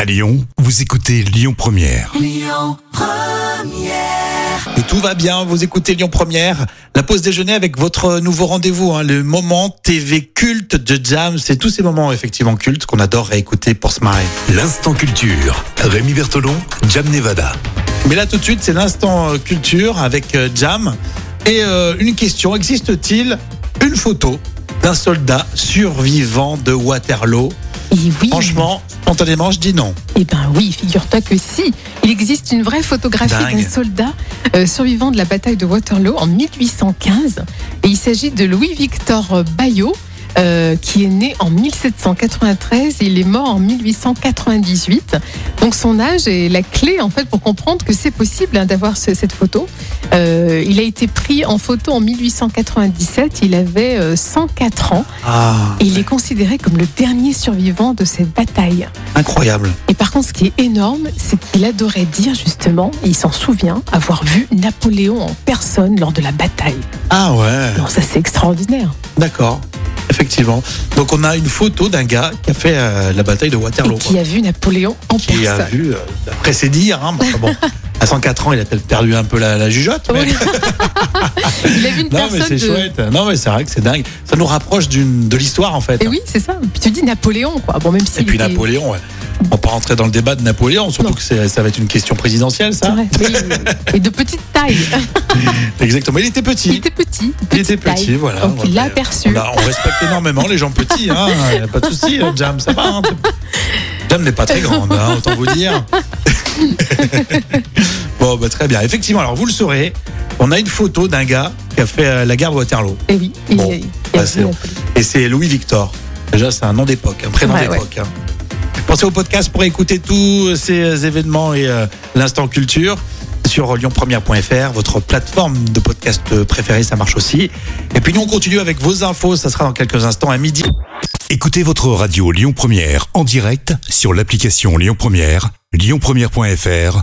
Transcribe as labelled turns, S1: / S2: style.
S1: À Lyon, vous écoutez Lyon Première.
S2: Et tout va bien, vous écoutez Lyon Première, la pause déjeuner avec votre nouveau rendez-vous, hein, le moment TV culte de Jam. C'est tous ces moments effectivement cultes qu'on adore réécouter pour se marrer.
S1: L'instant culture. Rémi Bertolon, Jam Nevada.
S2: Mais là tout de suite, c'est l'instant euh, culture avec euh, Jam. Et euh, une question, existe-t-il une photo d'un soldat survivant de Waterloo
S3: Et oui.
S2: Franchement, spontanément, je dis non.
S3: Eh ben oui, figure-toi que si. Il existe une vraie photographie
S2: Dingue.
S3: d'un soldat euh, survivant de la bataille de Waterloo en 1815. Et il s'agit de Louis-Victor Bayot, euh, qui est né en 1793 et il est mort en 1898. Donc son âge est la clé en fait pour comprendre que c'est possible hein, d'avoir ce- cette photo. Euh, il a été pris en photo en 1897. Il avait euh, 104 ans
S2: Ah,
S3: et il est considéré comme le dernier survivant de cette bataille.
S2: incroyable.
S3: Et par contre, ce qui est énorme, c'est qu'il adorait dire justement, et il s'en souvient, avoir vu Napoléon en personne lors de la bataille.
S2: Ah ouais.
S3: Non, ça c'est extraordinaire.
S2: D'accord. Effectivement. Donc on a une photo d'un gars qui a fait euh, la bataille de Waterloo.
S3: et qui a vu Napoléon en
S2: qui a
S3: personne.
S2: vu, euh, d'après ses dires, hein, mais enfin bon, à 104 ans, il a peut-être perdu un peu la, la jugeote. Mais...
S3: Ouais. il a vu une
S2: Non, mais
S3: personne
S2: c'est
S3: de-
S2: chouette. Non, mais c'est vrai que c'est dingue. Ça nous rapproche d'une- de l'histoire, en fait.
S3: Et Eh oui, c'est ça. Puis tu dis Napoléon, quoi. Bon, même si.
S2: Et puis Napoléon, ouais. on va pas rentrer dans le débat de Napoléon, surtout
S3: Non.
S2: que c'est- ça va être une question présidentielle, ça.
S3: et de petite taille.
S2: Exactement. Il était petit.
S3: il était petit.
S2: Il était
S3: petite taille.
S2: petit, voilà.
S3: Donc il l'a
S2: Ouais,
S3: aperçu.
S2: On, a- on respecte énormément les gens petits, hein. y a pas de souci, hein, Jam, ça va. hein. Jam n'est pas très grande, hein, autant vous dire. bon, bah, très bien. Effectivement, alors vous le saurez, on a une photo d'un gars qui a fait euh, la guerre de Waterloo.
S3: Et Eh oui, il,
S2: Bon,
S3: il
S2: bah,
S3: a
S2: c'est
S3: vu
S2: bon.
S3: Napoléon.
S2: Et c'est Louis Victor. Déjà, c'est un nom d'époque, un prénom
S3: Ouais,
S2: d'époque. hein. Pensez au podcast pour écouter tous euh, ces événements et euh, l'instant culture sur euh, lyonpremière.fr, votre plateforme de podcast euh, préférée, ça marche aussi. Et puis nous, on continue avec vos infos, ça sera dans quelques instants à midi.
S1: Écoutez votre radio Lyon Première en direct sur l'application Lyon Première, lyonpremière.fr